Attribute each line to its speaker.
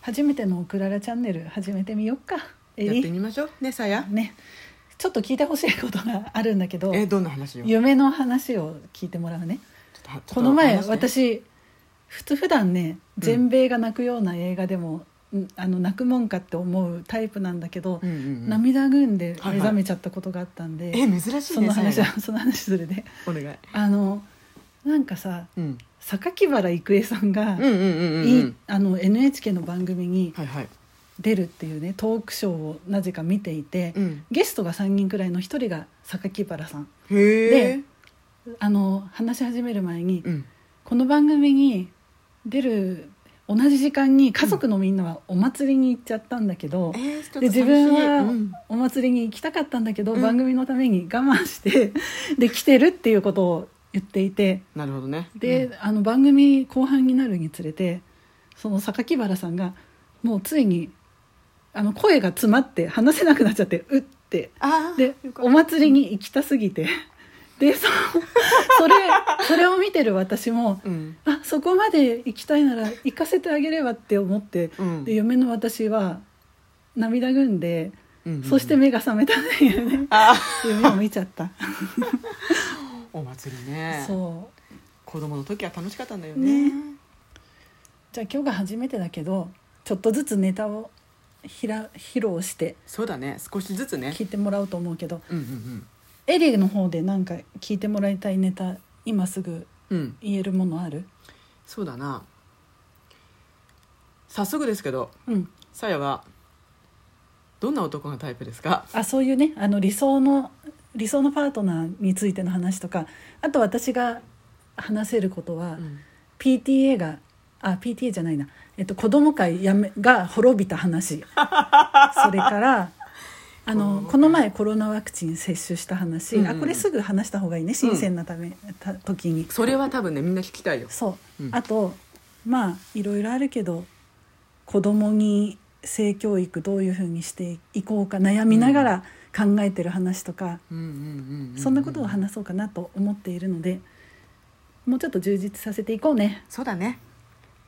Speaker 1: 初めての「オクララチャンネル」始めてみよっかえ
Speaker 2: やって
Speaker 1: り
Speaker 2: みましょうねさや
Speaker 1: ねちょっと聞いてほしいことがあるんだけど
Speaker 2: えどんな話よちょっ
Speaker 1: 夢の話を聞いてもらうね
Speaker 2: とはちょっと
Speaker 1: この前、
Speaker 2: 話して
Speaker 1: 私ふつ普段ね
Speaker 2: うん
Speaker 1: 全米が泣くような映画でも、うんあの泣くもんかって思うタイプなんだけど、
Speaker 2: うんうんうん、
Speaker 1: 涙ぐんで目覚めちゃったことがあったんで、
Speaker 2: え珍しい
Speaker 1: そ
Speaker 2: ね
Speaker 1: の話
Speaker 2: さや
Speaker 1: はその話するね
Speaker 2: お願い、
Speaker 1: あのなんかさ
Speaker 2: うん、
Speaker 1: 榊原郁恵さんが、
Speaker 2: うんうんうんうん
Speaker 1: いいあの NHK の番組に
Speaker 2: はいはい
Speaker 1: 出るっていうねトークショーをなぜか見ていて、
Speaker 2: うん
Speaker 1: ゲストが3人くらいの1人が榊原さん
Speaker 2: へえ
Speaker 1: であの話し始める前に、
Speaker 2: うん
Speaker 1: この番組に出る同じ時間に家族のみんなはお祭りに行っちゃったんだけど、
Speaker 2: えー、ちょっと
Speaker 1: で
Speaker 2: 寂しい
Speaker 1: 自分は
Speaker 2: うん
Speaker 1: お祭りに行きたかったんだけど、
Speaker 2: うん
Speaker 1: 番組のために我慢して で来てるっていうことを言っていて
Speaker 2: なるほどね
Speaker 1: で、
Speaker 2: うん
Speaker 1: あの番組後半になるにつれてその榊原さんがもうついにあの声が詰まって話せなくなっちゃってうって
Speaker 2: あー
Speaker 1: で
Speaker 2: よかった
Speaker 1: お祭りに行きたすぎてでその それそれを見てる私も
Speaker 2: うん
Speaker 1: あそこまで行きたいなら行かせてあげればって思って
Speaker 2: うん
Speaker 1: で嫁の私は涙ぐんで、
Speaker 2: うんうん
Speaker 1: そして目が覚めたっていうね
Speaker 2: あ
Speaker 1: 夢を見ちゃった、
Speaker 2: ーお祭りね
Speaker 1: そう
Speaker 2: 子供の時は楽しかったんだよね
Speaker 1: ねじゃあ今日が初めてだけどちょっとずつネタをひら披露して
Speaker 2: そうだね少しずつね
Speaker 1: 聞いてもらおうと思うけど
Speaker 2: うんうん
Speaker 1: エリーの方でなんか聞いてもらいたいネタ今すぐ
Speaker 2: うんうん
Speaker 1: 言えるものある
Speaker 2: そうだな早速ですけど
Speaker 1: うん
Speaker 2: さやはどんな男がタイプですか
Speaker 1: あそういうねあの理想の理想のパートナーについての話とかあと私が話せることは、PTA があ PTA じゃないな、えっと、子供会やめが滅びた 話それからあのこの前コロナワクチン接種した話、
Speaker 2: うんうん
Speaker 1: あこれすぐ話した方がいいね新鮮なため、た時に
Speaker 2: それは多分ねみんな聞きたいよ
Speaker 1: そう、
Speaker 2: うん
Speaker 1: あとまあいろいろあるけど子供に性教育どういうふうにしていこうか悩みながら考えてる話とか、
Speaker 2: うんうんうんうん
Speaker 1: そんなことを話そうかなと思っているのでもうちょっと充実させていこうね。
Speaker 2: そうだね